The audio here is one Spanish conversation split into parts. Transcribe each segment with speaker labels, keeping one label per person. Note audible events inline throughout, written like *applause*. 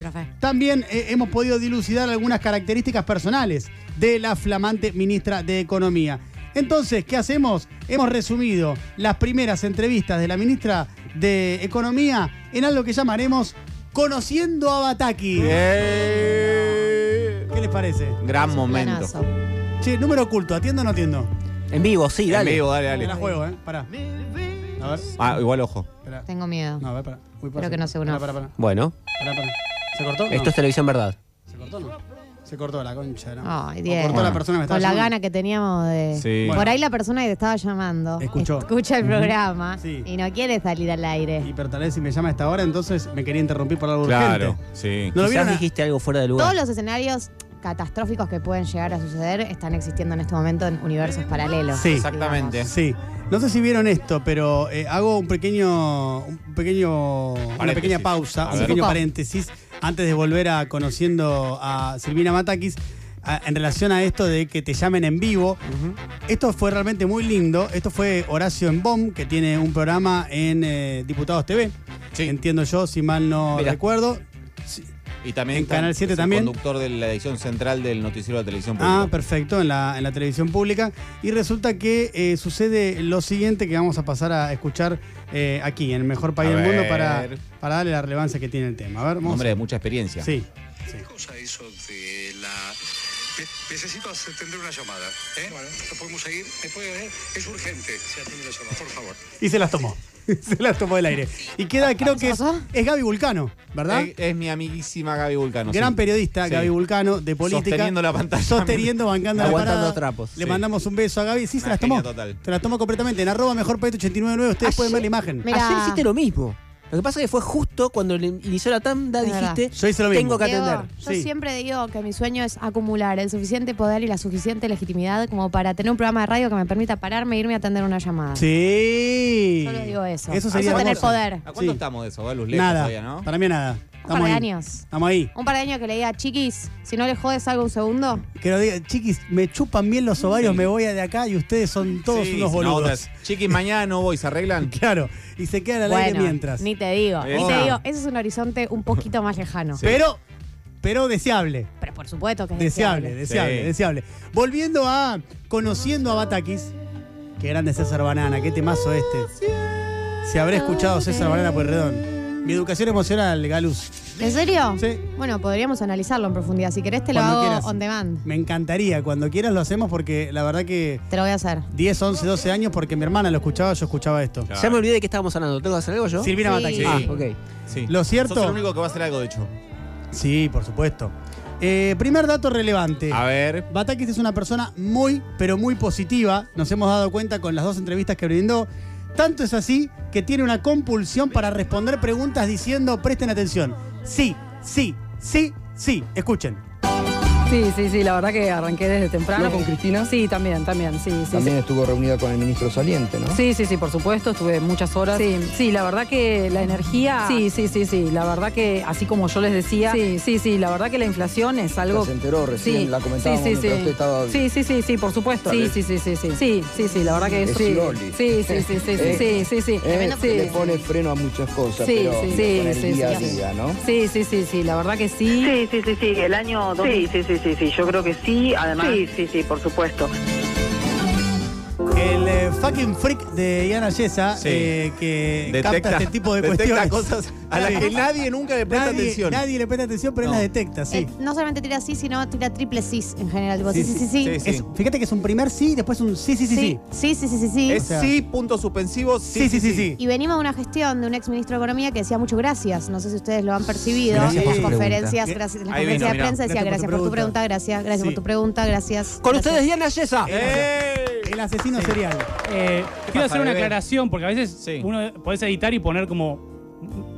Speaker 1: Rafael.
Speaker 2: También eh, hemos podido dilucidar algunas características personales de la flamante ministra de Economía. Entonces, ¿qué hacemos? Hemos resumido las primeras entrevistas de la ministra de Economía en algo que llamaremos Conociendo a Bataki.
Speaker 3: Eh,
Speaker 2: ¿Qué les parece?
Speaker 3: Gran momento.
Speaker 1: Planazo.
Speaker 2: Che, número oculto, ¿atiendo o no atiendo?
Speaker 4: En vivo, sí,
Speaker 3: En
Speaker 4: dale.
Speaker 3: vivo, dale,
Speaker 2: Me la
Speaker 3: dale.
Speaker 2: juego, ¿eh? Pará. A ver.
Speaker 3: Ah, igual ojo.
Speaker 2: Pará.
Speaker 1: Tengo miedo.
Speaker 2: No, a ver, pará. Uy, pará,
Speaker 1: Espero que no sea una-
Speaker 2: Pará, pará, pará.
Speaker 4: Bueno,
Speaker 2: Pará, pará. ¿Se cortó? No.
Speaker 4: esto es televisión verdad.
Speaker 2: ¿Se cortó no? Se cortó la concha, ¿no?
Speaker 1: Ay,
Speaker 2: O
Speaker 1: Diego.
Speaker 2: cortó la persona que me estaba
Speaker 1: Con la
Speaker 2: llamando.
Speaker 1: gana que teníamos de.
Speaker 3: Sí.
Speaker 1: Por ahí la persona que te estaba llamando.
Speaker 2: Escuchó.
Speaker 1: Escucha el programa.
Speaker 2: Sí.
Speaker 1: Y no quiere salir al aire.
Speaker 2: Y pero tal vez si me llama a esta hora, entonces me quería interrumpir por algo
Speaker 3: Claro,
Speaker 2: urgente.
Speaker 3: sí.
Speaker 2: No lo
Speaker 4: Quizás
Speaker 2: vieron. a-
Speaker 4: dijiste algo fuera de
Speaker 1: Todos
Speaker 4: lugar.
Speaker 1: los escenarios catastróficos que pueden llegar a suceder están existiendo en este momento en universos paralelos.
Speaker 2: Sí.
Speaker 3: Exactamente.
Speaker 2: Sí. No sé si vieron esto, pero eh, hago un pequeño, un pequeño, una
Speaker 3: Paréntesis.
Speaker 2: pequeña pausa,
Speaker 3: A
Speaker 2: un
Speaker 3: ver.
Speaker 2: pequeño
Speaker 1: Upa.
Speaker 2: paréntesis antes de volver a conociendo a Silvina Matakis a- en relación a esto de que te llamen en vivo. Esto fue realmente muy lindo. Esto fue Horacio en Bom, que tiene un programa en eh, Diputados TV.
Speaker 3: Sí.
Speaker 2: Entiendo yo, si mal no
Speaker 4: Mirá.
Speaker 2: recuerdo.
Speaker 3: Y también
Speaker 2: En
Speaker 3: está-
Speaker 2: Canal 7
Speaker 3: es el
Speaker 2: también.
Speaker 3: conductor de la edición central del noticiero de la televisión
Speaker 2: Ah,
Speaker 3: pública.
Speaker 2: perfecto, en la, en la televisión pública. Y resulta que eh, sucede lo siguiente que vamos a pasar a escuchar eh, aquí, en el mejor país
Speaker 3: A
Speaker 2: del mundo,
Speaker 3: ver.
Speaker 2: para, para darle la relevancia que tiene el tema. A ver,
Speaker 3: Un
Speaker 2: vamos.
Speaker 3: hombre de mucha experiencia.
Speaker 2: Sí, sí.
Speaker 5: cosa eso de la... Ne- Necesito atender una llamada. ¿eh? ¿Lo podemos seguir? ¿Me puede- eh? Es urgente. Se atiende la llamada. Por favor.
Speaker 2: Y se las tomó. *laughs* se las tomó del aire. Y queda, creo que es,
Speaker 1: pasó?
Speaker 2: es Gaby Vulcano, ¿verdad?
Speaker 3: Es, es mi amiguísima Gaby Vulcano.
Speaker 2: Gran
Speaker 3: Eh, sí.
Speaker 2: periodista,
Speaker 3: Sí.
Speaker 2: Gaby Vulcano, de política.
Speaker 3: Sosteniendo la pantalla.
Speaker 2: Sosteniendo, bancando la
Speaker 4: Aguantando
Speaker 2: parada.
Speaker 4: trapos,
Speaker 2: Le
Speaker 3: sí.
Speaker 2: mandamos un beso a Gaby. Sí, se
Speaker 3: Una
Speaker 2: las tomó.
Speaker 3: genia total.
Speaker 2: Se las tomó completamente. En arroba mejor 899 ustedes pueden ver la imagen.
Speaker 1: Mira.
Speaker 4: Ayer hiciste lo mismo. Lo que pasa es que fue justo cuando le inició la tanda,
Speaker 1: Es verdad.
Speaker 4: dijiste,
Speaker 2: Yo hice lo mismo.
Speaker 4: tengo que
Speaker 1: Diego,
Speaker 4: atender.
Speaker 1: yo
Speaker 2: Sí.
Speaker 1: siempre digo que mi sueño es acumular el suficiente poder y la suficiente legitimidad como para tener un programa de radio que me permita pararme e irme a atender una llamada.
Speaker 2: Sí.
Speaker 1: Solo digo eso.
Speaker 2: Eso
Speaker 1: Vas
Speaker 2: sería
Speaker 1: a tener
Speaker 2: hermoso.
Speaker 1: poder.
Speaker 3: ¿A cuánto
Speaker 2: Sí.
Speaker 3: estamos de eso, Galus? Lejos
Speaker 2: Nada.
Speaker 3: todavía, ¿no?
Speaker 2: Para mí nada.
Speaker 1: Un par
Speaker 2: Estamos
Speaker 1: de
Speaker 2: ahí.
Speaker 1: años.
Speaker 2: Estamos ahí.
Speaker 1: Un par de años que le diga, chiquis, si no le jodes algo un segundo.
Speaker 2: Que lo diga, chiquis, me chupan bien los ovarios, me voy de acá y ustedes son todos
Speaker 3: Sí,
Speaker 2: unos
Speaker 3: si no,
Speaker 2: boludos.
Speaker 3: otras- Chiqui, mañana no voy, ¿se arreglan?
Speaker 2: *laughs* Claro. Y se quedan al aire
Speaker 1: Bueno,
Speaker 2: mientras.
Speaker 1: ni te digo, ni
Speaker 3: Esa.
Speaker 1: te digo. Ese es un horizonte un poquito más lejano.
Speaker 3: Sí.
Speaker 2: Pero, pero deseable.
Speaker 1: Pero por supuesto que es
Speaker 2: Deseable,
Speaker 1: deseable.
Speaker 2: deseable,
Speaker 3: Sí.
Speaker 2: deseable. Volviendo a Conociendo a Batakis. Qué grande César Banana, qué temazo este. Si habré escuchado César Banana Pueyrredón. Mi educación emocional, Galus.
Speaker 1: ¿En serio?
Speaker 2: Sí.
Speaker 1: Bueno, podríamos analizarlo en profundidad. Si querés te lo
Speaker 2: Cuando
Speaker 1: hago
Speaker 2: quieras.
Speaker 1: on demand.
Speaker 2: Me encantaría. Cuando quieras lo hacemos porque la verdad que
Speaker 1: Te lo voy a hacer.
Speaker 2: 10, 11, 12 años porque mi hermana lo escuchaba, yo escuchaba esto.
Speaker 3: Claro.
Speaker 4: Ya me olvidé de qué estábamos hablando. ¿Tengo que hacer algo yo?
Speaker 2: Silvina
Speaker 1: Sí.
Speaker 2: Batakis.
Speaker 3: Sí.
Speaker 4: Ah, ok.
Speaker 3: Sí.
Speaker 2: Lo cierto-
Speaker 3: Sos el único que va a hacer algo, de hecho.
Speaker 2: Sí, por supuesto. Eh, primer dato relevante.
Speaker 3: A ver.
Speaker 2: Batakis es una persona muy, pero muy positiva. Nos hemos dado cuenta con las dos entrevistas que brindó. Tanto es así que tiene una compulsión para responder preguntas diciendo, presten atención. Sí, sí, sí, sí. Escuchen.
Speaker 6: Sí, sí, sí, la verdad que arranqué desde temprano.
Speaker 7: ¿No con Cristina?
Speaker 6: Sí, también, también, sí, sí.
Speaker 7: También estuvo reunida con el ministro saliente, ¿no?
Speaker 6: Sí. Sí, sí, sí, por supuesto, estuve muchas horas. Sí, sí, la verdad que la energía. Sí, sí, sí, sí, la verdad que, así como yo les decía. Sí, sí, sí, la verdad que la inflación es algo.
Speaker 7: Se enteró recién,
Speaker 6: Sí,
Speaker 7: la comentábamos
Speaker 6: sí, sí,
Speaker 7: mientras
Speaker 6: sí.
Speaker 7: usted estaba- ¿eh?
Speaker 6: Sí, sí, sí, sí, por supuesto. Sí, sí, sí, sí, sí. Sí, sí, sí, la verdad que
Speaker 7: Es
Speaker 6: sí.
Speaker 7: Scioli.
Speaker 6: Sí, sí, sí, sí, sí,
Speaker 7: Eh,
Speaker 6: sí, sí, sí.
Speaker 7: Eh,
Speaker 6: Sí.
Speaker 7: Le pone freno a muchas cosas,
Speaker 6: Sí,
Speaker 7: pero
Speaker 6: sí,
Speaker 7: con
Speaker 6: sí,
Speaker 7: el
Speaker 6: sí,
Speaker 7: día
Speaker 6: sí.
Speaker 7: a día, ¿no?
Speaker 6: Sí, sí, sí, sí, la verdad que sí.
Speaker 8: Sí, sí, sí, sí, el año 2000. Sí, sí, sí, sí, sí, yo creo que sí, además. Sí, sí, sí, por supuesto.
Speaker 2: El eh, fucking freak de Iana Yesa,
Speaker 3: Sí.
Speaker 2: eh, que
Speaker 3: Detecta,
Speaker 2: capta este tipo de
Speaker 3: detecta
Speaker 2: cuestiones.
Speaker 3: cosas a las
Speaker 2: Sí.
Speaker 3: que nadie nunca le presta
Speaker 2: Nadie,
Speaker 3: atención.
Speaker 2: nadie le presta atención, pero él
Speaker 3: No.
Speaker 2: las detecta, sí.
Speaker 1: Eh, no solamente tira sí, sino tira triple sí en general. Tipo, sí, sí, sí, sí.
Speaker 3: sí.
Speaker 2: Es- fíjate que es un primer sí, después un sí, sí, sí, sí.
Speaker 1: Sí, sí, sí, sí, sí.
Speaker 3: Es sí, punto suspensivo, sí, sí, sí. sí.
Speaker 1: Y venimos de una gestión de un ex ministro de Economía que decía muchas gracias. No sé si ustedes lo han percibido.
Speaker 4: Gracias
Speaker 1: en
Speaker 4: por
Speaker 1: las
Speaker 4: su pregunta.
Speaker 1: conferencias,
Speaker 2: Bien.
Speaker 1: gracias, en las
Speaker 3: Ahí vino,
Speaker 1: conferencias de
Speaker 3: mirá.
Speaker 1: prensa decía
Speaker 2: Gracias
Speaker 1: gracias por tu pregunta, gracias, gracias
Speaker 2: Sí.
Speaker 1: por tu pregunta, gracias.
Speaker 4: Con
Speaker 1: gracias.
Speaker 4: ustedes, Diana Yesa.
Speaker 3: ¡Eh!
Speaker 2: El asesino serial.
Speaker 9: Eh,
Speaker 3: pasa,
Speaker 9: quiero hacer una
Speaker 3: bebé?
Speaker 9: aclaración, porque a veces
Speaker 3: Sí.
Speaker 9: uno podés editar y poner como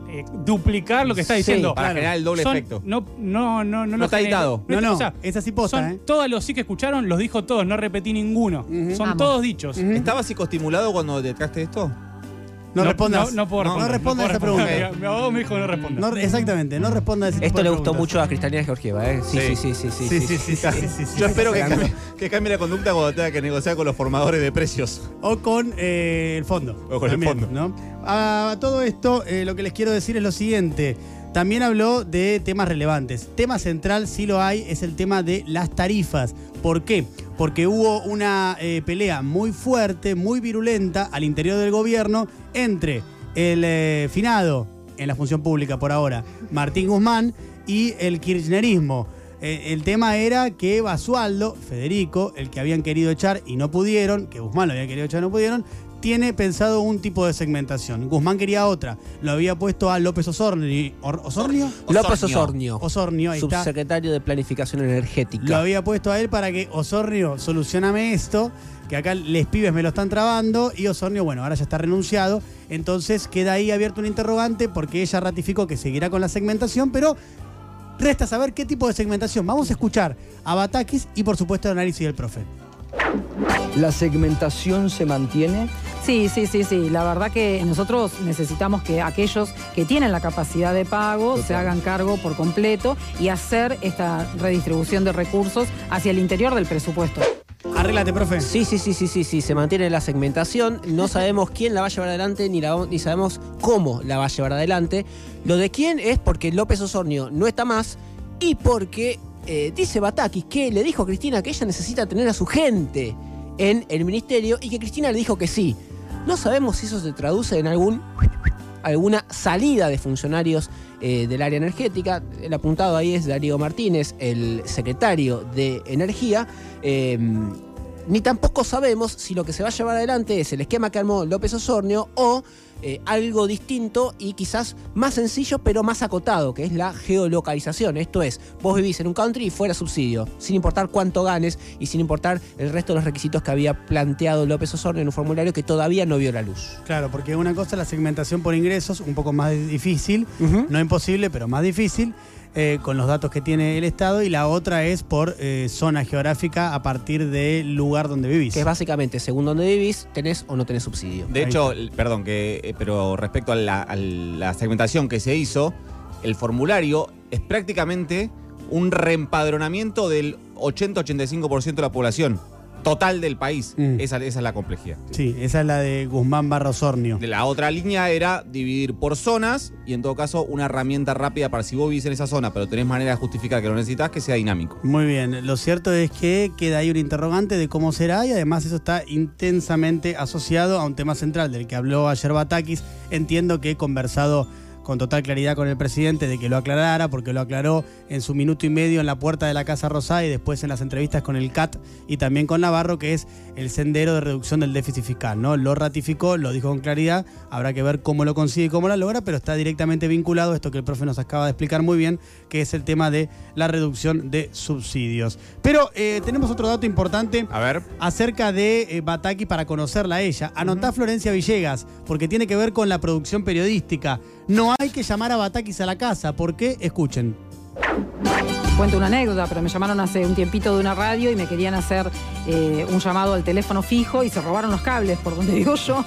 Speaker 9: eh, duplicar lo que está
Speaker 4: Sí,
Speaker 9: diciendo.
Speaker 3: Para generar el doble
Speaker 9: Son-
Speaker 3: efecto.
Speaker 9: No, no, no, no,
Speaker 3: No
Speaker 9: lo
Speaker 3: está
Speaker 9: genera-
Speaker 3: editado.
Speaker 2: No, no,
Speaker 9: o sea,
Speaker 2: es así posta,
Speaker 9: son
Speaker 2: ¿eh?
Speaker 9: todos los sí que escucharon, los dijo todos, no repetí ninguno. Son
Speaker 1: Vamos.
Speaker 9: todos dichos.
Speaker 3: ¿Estabas psicostimulado cuando detectaste esto?
Speaker 2: No, respondas.
Speaker 9: No, no puedo
Speaker 2: No
Speaker 9: responder.
Speaker 2: respondas
Speaker 9: puedo
Speaker 2: esa pregunta.
Speaker 9: responder. *laughs* Mi abogado me dijo que no responda.
Speaker 2: No, exactamente, no respondas ese tipo
Speaker 4: Esto
Speaker 2: de
Speaker 4: le gustó
Speaker 2: preguntas.
Speaker 4: mucho a Cristalina Georgieva, ¿eh? Sí,
Speaker 3: Sí.
Speaker 4: sí, sí, sí. sí,
Speaker 2: Sí, sí,
Speaker 4: sí,
Speaker 2: sí, sí, sí, sí, sí.
Speaker 3: Yo espero que cambie, que cambie la conducta cuando tenga que negociar con los formadores de precios.
Speaker 2: O con eh, el fondo.
Speaker 3: O con el fondo.
Speaker 2: ¿no? A todo esto, eh, lo que les quiero decir es lo siguiente. También habló de temas relevantes. Tema central, sí lo hay, es el tema de las tarifas. ¿Por qué? Porque hubo una eh, pelea muy fuerte, muy virulenta al interior del gobierno entre el eh, finado en la función pública por ahora, Martín Guzmán, y el kirchnerismo. Eh, el tema era que Basualdo, Federico, el que habían querido echar y no pudieron, que Guzmán lo había querido echar y no pudieron, tiene pensado un tipo de segmentación. Guzmán quería otra. Lo había puesto a López Osorni- Or- Osornio.
Speaker 4: López Osornio,
Speaker 2: Osornio, ahí está.
Speaker 4: subsecretario de Planificación
Speaker 2: Lo
Speaker 4: Energética.
Speaker 2: había puesto a él para que Osornio solucioname esto, que acá les pibes me lo están trabando y Osornio, bueno, ahora ya está renunciado, entonces queda ahí abierto un interrogante porque ella ratificó que seguirá con la segmentación, pero resta saber qué tipo de segmentación. Vamos a escuchar a Batakis y por supuesto el análisis del profe.
Speaker 7: ¿La segmentación se mantiene?
Speaker 6: Sí, sí, sí, sí. La verdad que nosotros necesitamos que aquellos que tienen la capacidad de pago se hagan cargo por completo y hacer esta redistribución de recursos hacia el interior del presupuesto.
Speaker 2: Arréglate, profe.
Speaker 4: Sí, sí, sí, sí, sí, sí, se mantiene la segmentación, no sabemos quién la va a llevar adelante ni, la vamos- ni sabemos cómo la va a llevar adelante. Lo de quién es porque López Osornio no está más y porque eh, dice Batakis que le dijo a Cristina que ella necesita tener a su gente en el ministerio y que Cristina le dijo que sí. No sabemos si eso se traduce en algún alguna salida de funcionarios eh, del área energética. El apuntado ahí es Darío Martínez, el secretario de Energía. Eh, ni tampoco sabemos si lo que se va a llevar adelante es el esquema que armó López Osornio o eh, algo distinto y quizás más sencillo pero más acotado, que es la geolocalización. Esto es, vos vivís en un country y fuera subsidio, sin importar cuánto ganes y sin importar el resto de los requisitos que había planteado López Osornio en un formulario que todavía no vio la luz.
Speaker 2: Claro, porque una cosa es la segmentación por ingresos, un poco más difícil, no imposible, pero más difícil, eh, con los datos que tiene el Estado, y la otra es por eh, zona geográfica a partir del lugar donde vivís.
Speaker 4: Que es básicamente, según donde vivís, tenés o no tenés subsidio.
Speaker 3: De hecho, l- perdón, que, eh, pero respecto a la, a la segmentación que se hizo, el formulario es prácticamente un reempadronamiento del 80-85% de la población total del país.
Speaker 2: Mm.
Speaker 3: Esa, esa es la complejidad.
Speaker 2: Sí, esa es la de Guzmán Barra Osornio.
Speaker 3: De la otra línea era dividir por zonas y en todo caso una herramienta rápida para si vos vivís en esa zona, pero tenés manera de justificar que lo necesitas, que sea dinámico.
Speaker 2: Muy bien, lo cierto es que queda ahí un interrogante de cómo será y además eso está intensamente asociado a un tema central del que habló ayer Batakis. Entiendo que he conversado con total claridad con el presidente de que lo aclarara, porque lo aclaró en su minuto y medio en la puerta de la Casa Rosada y después en las entrevistas con el CAT y también con Navarro, que es el sendero de reducción del déficit fiscal. ¿no? Lo ratificó, lo dijo con claridad, habrá que ver cómo lo consigue y cómo la logra, pero está directamente vinculado a esto que el profe nos acaba de explicar muy bien, que es el tema de la reducción de subsidios. Pero eh, tenemos otro dato importante
Speaker 3: A ver.
Speaker 2: acerca de eh, Bataki para conocerla a ella. Anotá Florencia Villegas, porque tiene que ver con la producción periodística. No hay que llamar a Batakis a la casa, porque escuchen.
Speaker 6: Cuento una anécdota, pero me llamaron hace un tiempito de una radio y me querían hacer eh, un llamado al teléfono fijo y se robaron los cables, por donde *laughs* digo yo.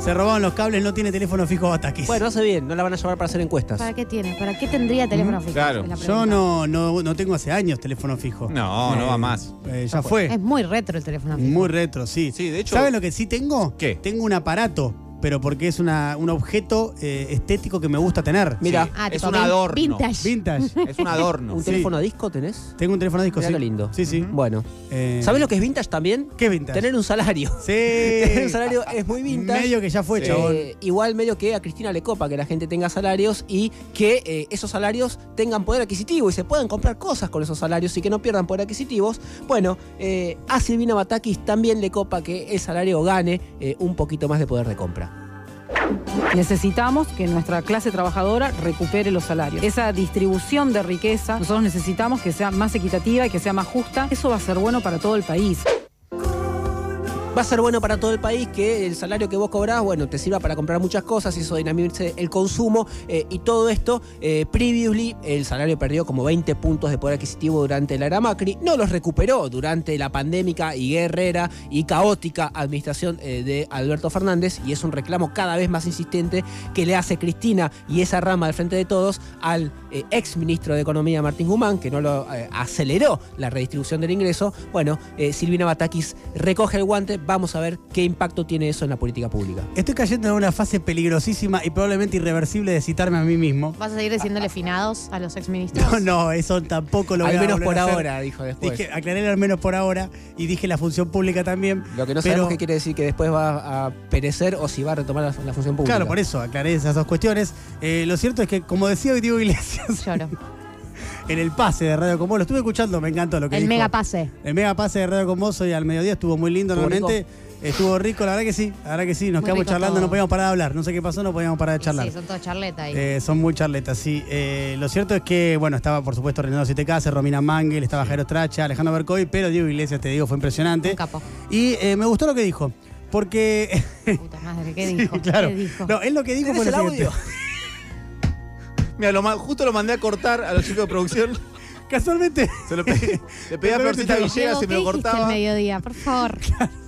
Speaker 2: Se robaron los cables, no tiene teléfono fijo Batakis.
Speaker 4: Bueno, hace bien, no la van a llevar para hacer encuestas.
Speaker 1: ¿Para qué tiene? ¿Para qué tendría teléfono fijo?
Speaker 3: Claro.
Speaker 1: Es la
Speaker 2: yo
Speaker 1: pregunta.
Speaker 2: no, no, no tengo hace años teléfono fijo.
Speaker 3: No, no va más.
Speaker 2: Eh, ya fue.
Speaker 1: Es muy retro el teléfono fijo.
Speaker 2: Muy retro, sí.
Speaker 3: Sí, de hecho-
Speaker 2: ¿Saben lo que sí tengo?
Speaker 3: ¿Qué?
Speaker 2: Tengo un aparato, pero porque es una- un objeto eh, estético que me gusta tener.
Speaker 4: Mira,
Speaker 1: Ah,
Speaker 3: Es
Speaker 1: tipo
Speaker 3: un
Speaker 1: vin-
Speaker 3: adorno.
Speaker 1: Vintage.
Speaker 2: Vintage.
Speaker 3: Es un
Speaker 1: *laughs*
Speaker 3: adorno.
Speaker 4: ¿un
Speaker 2: Sí.
Speaker 4: teléfono a disco tenés?
Speaker 2: tengo un teléfono disco,
Speaker 4: Mirá
Speaker 2: sí.
Speaker 4: qué lindo.
Speaker 2: Sí, sí.
Speaker 4: Bueno.
Speaker 2: Eh,
Speaker 4: ¿Sabés lo que es vintage también?
Speaker 2: ¿Qué es vintage?
Speaker 4: Tener un salario. *laughs* Tener un
Speaker 2: Sí.
Speaker 4: salario es muy vintage.
Speaker 2: Medio que ya fue,
Speaker 4: Eh,
Speaker 2: chabón.
Speaker 4: igual medio que a Cristina le copa que la gente tenga salarios y que eh, esos salarios tengan poder adquisitivo y se puedan comprar cosas con esos salarios y que no pierdan poder adquisitivos. Bueno, eh, a Silvina Batakis también le copa que el salario gane eh, un poquito más de poder de compra.
Speaker 6: Necesitamos que nuestra clase trabajadora recupere los salarios. Esa distribución de riqueza, nosotros necesitamos que sea más equitativa y que sea más justa. Eso va a ser bueno para todo el país.
Speaker 4: Va a ser bueno para todo el país que el salario que vos cobrás, bueno, te sirva para comprar muchas cosas, eso dinamice el consumo eh, y todo esto. eh, previously, el salario perdió como 20 puntos de poder adquisitivo durante la era Macri, no los recuperó durante la pandémica y guerrera y caótica administración eh, de Alberto Fernández y es un reclamo cada vez más insistente que le hace Cristina y esa rama del frente de todos al eh, ex ministro de Economía Martín Guzmán, que no lo eh, aceleró la redistribución del ingreso. Bueno, eh, Silvina Batakis recoge el guante, vamos a ver qué impacto tiene eso en la política pública.
Speaker 2: Estoy cayendo en una fase peligrosísima y probablemente irreversible de citarme a mí mismo.
Speaker 1: ¿Vas a seguir diciéndole finados a los exministros?
Speaker 2: No, no, eso tampoco lo voy
Speaker 4: al
Speaker 2: a
Speaker 4: menos
Speaker 2: volver
Speaker 4: por
Speaker 2: a hacer.
Speaker 4: ahora, dijo después.
Speaker 2: Dije, aclaré al menos por ahora y dije la función pública también.
Speaker 4: Lo que
Speaker 2: pero-
Speaker 4: no sabemos qué quiere decir que después va a perecer o si va a retomar la, la función pública.
Speaker 2: Claro, por eso aclaré esas dos cuestiones. Eh, lo cierto es que, como decía hoy Diego Iglesias *laughs*
Speaker 1: Lloro.
Speaker 2: en el pase de Radio Con Vos, lo estuve escuchando, me encantó lo que
Speaker 1: El
Speaker 2: dijo.
Speaker 1: mega pase.
Speaker 2: El mega pase de Radio Con Vos hoy al mediodía estuvo muy lindo
Speaker 4: Estuvo
Speaker 2: realmente. Estuvo rico, la verdad que sí, la verdad que sí. Nos
Speaker 1: Muy
Speaker 2: quedamos
Speaker 1: rico
Speaker 2: charlando,
Speaker 1: todo.
Speaker 2: no podíamos parar de hablar. No sé qué pasó, no podíamos parar de charlar.
Speaker 1: Sí, son todas charletas ahí.
Speaker 2: Eh, son muy charletas, sí. Eh, lo cierto es que, bueno, estaba por supuesto Renando Siete Casas, Romina Mangel, estaba Jairo Tracha, Alejandro Bercoy, pero Diego Iglesias, te digo, fue impresionante.
Speaker 1: Un capo.
Speaker 2: Y eh, me gustó lo que dijo, porque...
Speaker 1: Puta madre, ¿qué dijo?
Speaker 2: *laughs* Sí, claro.
Speaker 1: ¿Qué dijo?
Speaker 2: No, él lo que dijo
Speaker 4: ¿Tenés
Speaker 2: fue lo
Speaker 4: el
Speaker 2: siguiente.
Speaker 4: audio?
Speaker 3: Mira, lo ma- justo lo mandé a cortar a los chicos de producción.
Speaker 2: *laughs* Casualmente...
Speaker 3: Se lo pedí, le pedí a Florcita Villegas
Speaker 1: Diego,
Speaker 3: y me lo
Speaker 1: ¿qué dijiste al
Speaker 3: cortaba.
Speaker 1: mediodía?
Speaker 2: *laughs*
Speaker 1: Por favor,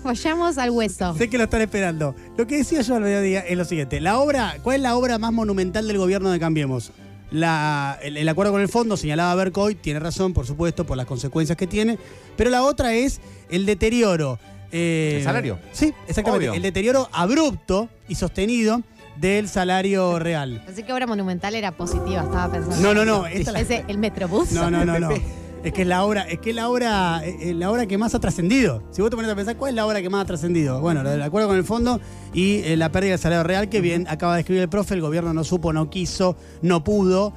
Speaker 1: vayamos al hueso.
Speaker 2: Sé que lo están esperando. Lo que decía yo al mediodía es lo siguiente. La obra, ¿cuál es la obra más monumental del gobierno de Cambiemos? La- el, el acuerdo con el fondo, señalaba Bercoy, tiene razón, por supuesto, por las consecuencias que tiene. Pero la otra es el deterioro. eh,
Speaker 3: ¿El salario?
Speaker 2: Sí, exactamente.
Speaker 3: Obvio.
Speaker 2: El deterioro abrupto y sostenido del salario real.
Speaker 1: Así que obra monumental era positiva, estaba pensando.
Speaker 2: No, no, no. esta la-
Speaker 1: Ese, el Metrobús.
Speaker 2: no, no, no,
Speaker 4: *laughs*
Speaker 2: no. Es que es la obra, es que es la obra, eh, eh, la obra que más ha trascendido. Si vos te pones a pensar, ¿cuál es la obra que más ha trascendido? Bueno, la del acuerdo con el fondo y eh, la pérdida del salario real, que bien acaba de escribir el profe, el gobierno no supo, no quiso, no pudo.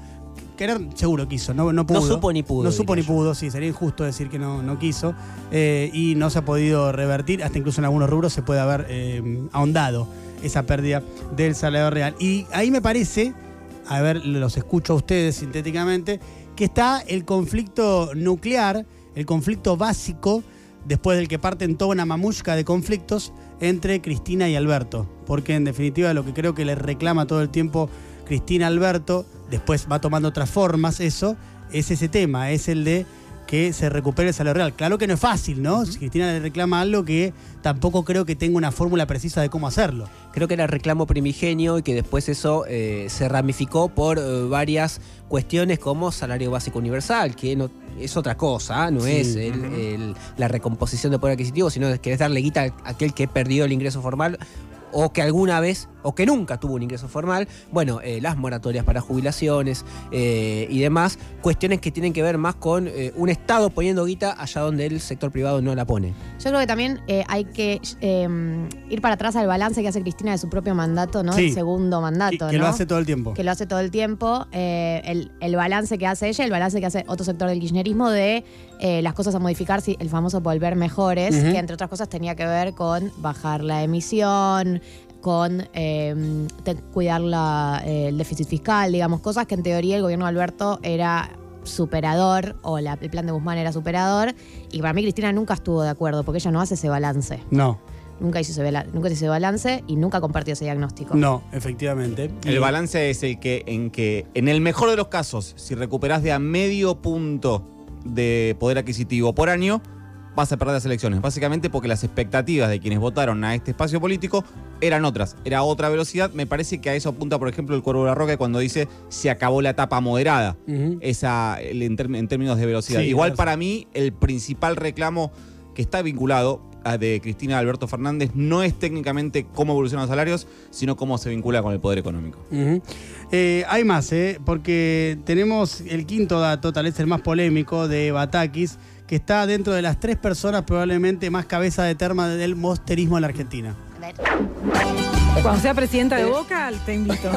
Speaker 2: Querer seguro quiso, no, no pudo.
Speaker 4: supo ni pudo,
Speaker 2: No supo ni
Speaker 4: diría yo.
Speaker 2: pudo, sí, sería injusto decir que no, no quiso. eh, y no se ha podido revertir, hasta incluso en algunos rubros se puede haber eh, ahondado esa pérdida del salario real. Y ahí me parece, a ver, los escucho a ustedes sintéticamente, que está el conflicto nuclear, el conflicto básico, después del que parten toda una mamushka de conflictos entre Cristina y Alberto. Porque en definitiva lo que creo que le reclama todo el tiempo Cristina a Alberto, después va tomando otras formas eso, es ese tema, es el de que se recupere el salario real. Claro que no es fácil, ¿no? Si Cristina le reclama algo que tampoco creo que tenga una fórmula precisa de cómo hacerlo.
Speaker 4: Creo que era el reclamo primigenio y que después eso eh, se ramificó por eh, varias cuestiones como salario básico universal, que no, es otra cosa, ¿ah? no
Speaker 2: Sí,
Speaker 4: es el- el- la recomposición de poder adquisitivo, sino que es darle guita a aquel que perdió el ingreso formal o que alguna vez o que nunca tuvo un ingreso formal, bueno, eh, las moratorias para jubilaciones eh, y demás, cuestiones que tienen que ver más con eh, un Estado poniendo guita allá donde el sector privado no la pone.
Speaker 1: Yo creo que también eh, hay que eh, ir para atrás al balance que hace Cristina de su propio mandato, ¿no?
Speaker 2: Sí.
Speaker 1: El segundo
Speaker 2: que
Speaker 1: mandato,
Speaker 2: que
Speaker 1: ¿no?
Speaker 2: lo hace todo el tiempo.
Speaker 1: que lo hace todo el tiempo, eh, el, el balance que hace ella, el balance que hace otro sector del kirchnerismo de eh, las cosas a modificar, sí, el famoso volver mejores,
Speaker 2: Ujú.
Speaker 1: que entre otras cosas tenía que ver con bajar la emisión, con eh, te- cuidar la, eh, el déficit fiscal, digamos, cosas que en teoría el gobierno de Alberto era superador o la- el plan de Guzmán era superador y para mí Cristina nunca estuvo de acuerdo porque ella no hace ese balance,
Speaker 2: No,
Speaker 1: nunca hizo ese, bala- nunca hizo ese balance y nunca compartió ese diagnóstico.
Speaker 2: no, efectivamente.
Speaker 3: El
Speaker 2: Y-
Speaker 3: balance es el que en que, en el mejor de los casos, si recuperás de a medio punto de poder adquisitivo por año, vas a perder las elecciones. Básicamente porque las expectativas de quienes votaron a este espacio político eran otras, era otra velocidad. Me parece que a eso apunta, por ejemplo, el Cuervo de la Roca cuando dice se acabó la etapa moderada esa, el- en, term- en términos de velocidad.
Speaker 2: Sí,
Speaker 3: Igual
Speaker 2: velocidad.
Speaker 3: para mí, el principal reclamo que está vinculado a de Cristina Alberto Fernández no es técnicamente cómo evolucionan los salarios, sino cómo se vincula con el poder económico.
Speaker 2: Ujú. Eh, hay más, ¿eh? porque tenemos el quinto dato, tal vez el más polémico, de Batakis, que está dentro de las tres personas probablemente más cabeza de terma del mosterismo en la Argentina.
Speaker 1: A ver.
Speaker 6: Cuando sea presidenta de Boca, te invito.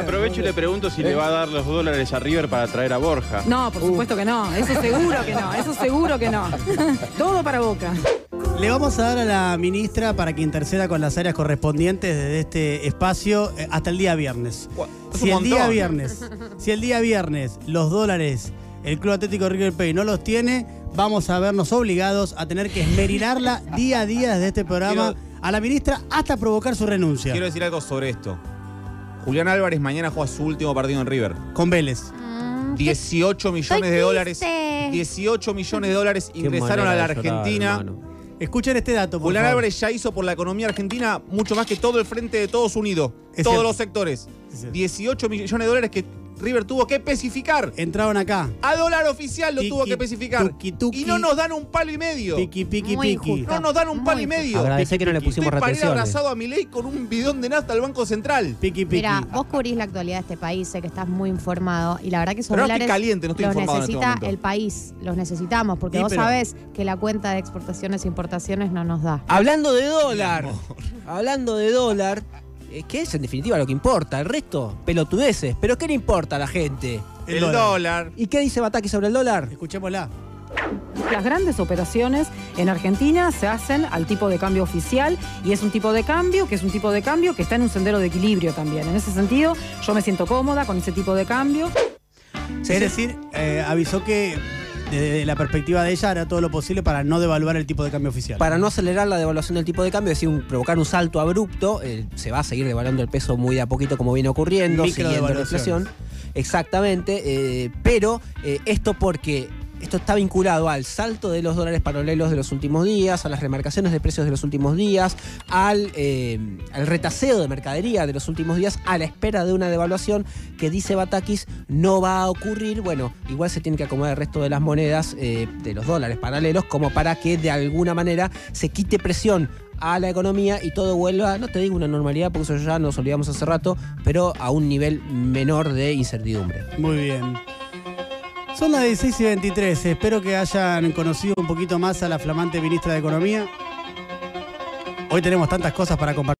Speaker 10: Aprovecho y le pregunto si le
Speaker 2: ¿Eh?
Speaker 10: va a dar los dólares a River para traer a Borja.
Speaker 6: No, por supuesto que no. Eso seguro que no. Eso seguro que no. Todo para Boca.
Speaker 2: Le vamos a dar a la ministra para que interceda con las áreas correspondientes desde este espacio eh, hasta el día viernes.
Speaker 3: Es
Speaker 2: Si
Speaker 3: un
Speaker 2: el día
Speaker 3: montón.
Speaker 2: viernes, si el día viernes los dólares el Club Atlético River Plate no los tiene, vamos a vernos obligados a tener que
Speaker 3: *laughs*
Speaker 2: esmerilarla día a día desde este programa a la ministra hasta provocar su renuncia
Speaker 3: Quiero decir algo sobre esto. Julián Álvarez mañana juega su último partido en River.
Speaker 2: con Vélez.
Speaker 1: Mm, qué
Speaker 3: 18 millones de
Speaker 1: triste.
Speaker 3: dólares. 18 millones de dólares
Speaker 4: Qué
Speaker 3: ingresaron a la
Speaker 4: manera de llorar,
Speaker 3: Argentina.
Speaker 4: hermano.
Speaker 2: Escuchen este dato, por
Speaker 3: Julián
Speaker 2: favor.
Speaker 3: Álvarez ya hizo por la economía argentina mucho más que todo el frente de todos unidos,
Speaker 2: Es
Speaker 3: todos
Speaker 2: cierto.
Speaker 3: los sectores.
Speaker 2: Es cierto.
Speaker 3: 18 millones de dólares que River tuvo que especificar.
Speaker 2: Entraron acá.
Speaker 3: A dólar oficial lo
Speaker 2: Tiki,
Speaker 3: tuvo que especificar.
Speaker 2: tuki, tuki.
Speaker 3: Y no nos dan un palo y medio.
Speaker 2: Piqui, piqui,
Speaker 1: Muy
Speaker 2: piqui.
Speaker 1: injusto.
Speaker 3: No nos dan un
Speaker 1: Muy
Speaker 3: palo y
Speaker 1: injusto.
Speaker 3: medio.
Speaker 4: Agradecé que no le
Speaker 3: Estoy
Speaker 4: pusimos
Speaker 3: para ir
Speaker 4: retenciones.
Speaker 3: abrazado a mi ley con un bidón de nafta al Banco Central.
Speaker 2: Piqui, piqui.
Speaker 1: Mira, vos cubrís la actualidad de este país, sé que estás muy informado y la verdad que esos
Speaker 3: Pero no estoy
Speaker 1: dólares
Speaker 3: caliente, no estoy
Speaker 1: los
Speaker 3: informado en este
Speaker 1: necesita
Speaker 3: momento.
Speaker 1: el país, los necesitamos, porque
Speaker 2: Sí,
Speaker 1: vos
Speaker 2: pero-
Speaker 1: sabés que la cuenta de exportaciones e importaciones no nos da.
Speaker 4: Hablando de dólar, hablando de dólar, eh, que es en definitiva lo que importa, el resto, pelotudeces, pero ¿qué le importa a la gente?
Speaker 2: El
Speaker 3: El,
Speaker 2: dólar.
Speaker 3: dólar.
Speaker 4: ¿Y qué dice Bataki sobre el dólar?
Speaker 2: Escuchémosla.
Speaker 6: Las grandes operaciones en Argentina se hacen al tipo de cambio oficial y es un tipo de cambio que es un tipo de cambio que está en un sendero de equilibrio también. En ese sentido, yo me siento cómoda con ese tipo de cambio.
Speaker 2: es decir, eh, avisó que desde la perspectiva de ella hará todo lo posible para no devaluar el tipo de cambio oficial.
Speaker 4: Para no acelerar la devaluación del tipo de cambio, es decir, un- provocar un salto abrupto, eh, se va a seguir devaluando el peso muy de a poquito como viene ocurriendo,
Speaker 2: Micro
Speaker 4: siguiendo la
Speaker 2: devaluaciones.
Speaker 4: inflación. Exactamente, eh, pero eh, esto porque esto está vinculado al salto de los dólares paralelos de los últimos días, a las remarcaciones de precios de los últimos días, al, eh, al retaseo de mercadería de los últimos días, a la espera de una devaluación que dice Batakis no va a ocurrir. Bueno, igual se tiene que acomodar el resto de las monedas, eh, de los dólares paralelos, como para que de alguna manera se quite presión a la economía y todo vuelva, no te digo una normalidad, porque eso ya nos olvidamos hace rato, pero a un nivel menor de incertidumbre.
Speaker 2: Muy bien. Son las 16 y 23. Espero que hayan conocido un poquito más a la flamante ministra de Economía. Hoy tenemos tantas cosas para compartir.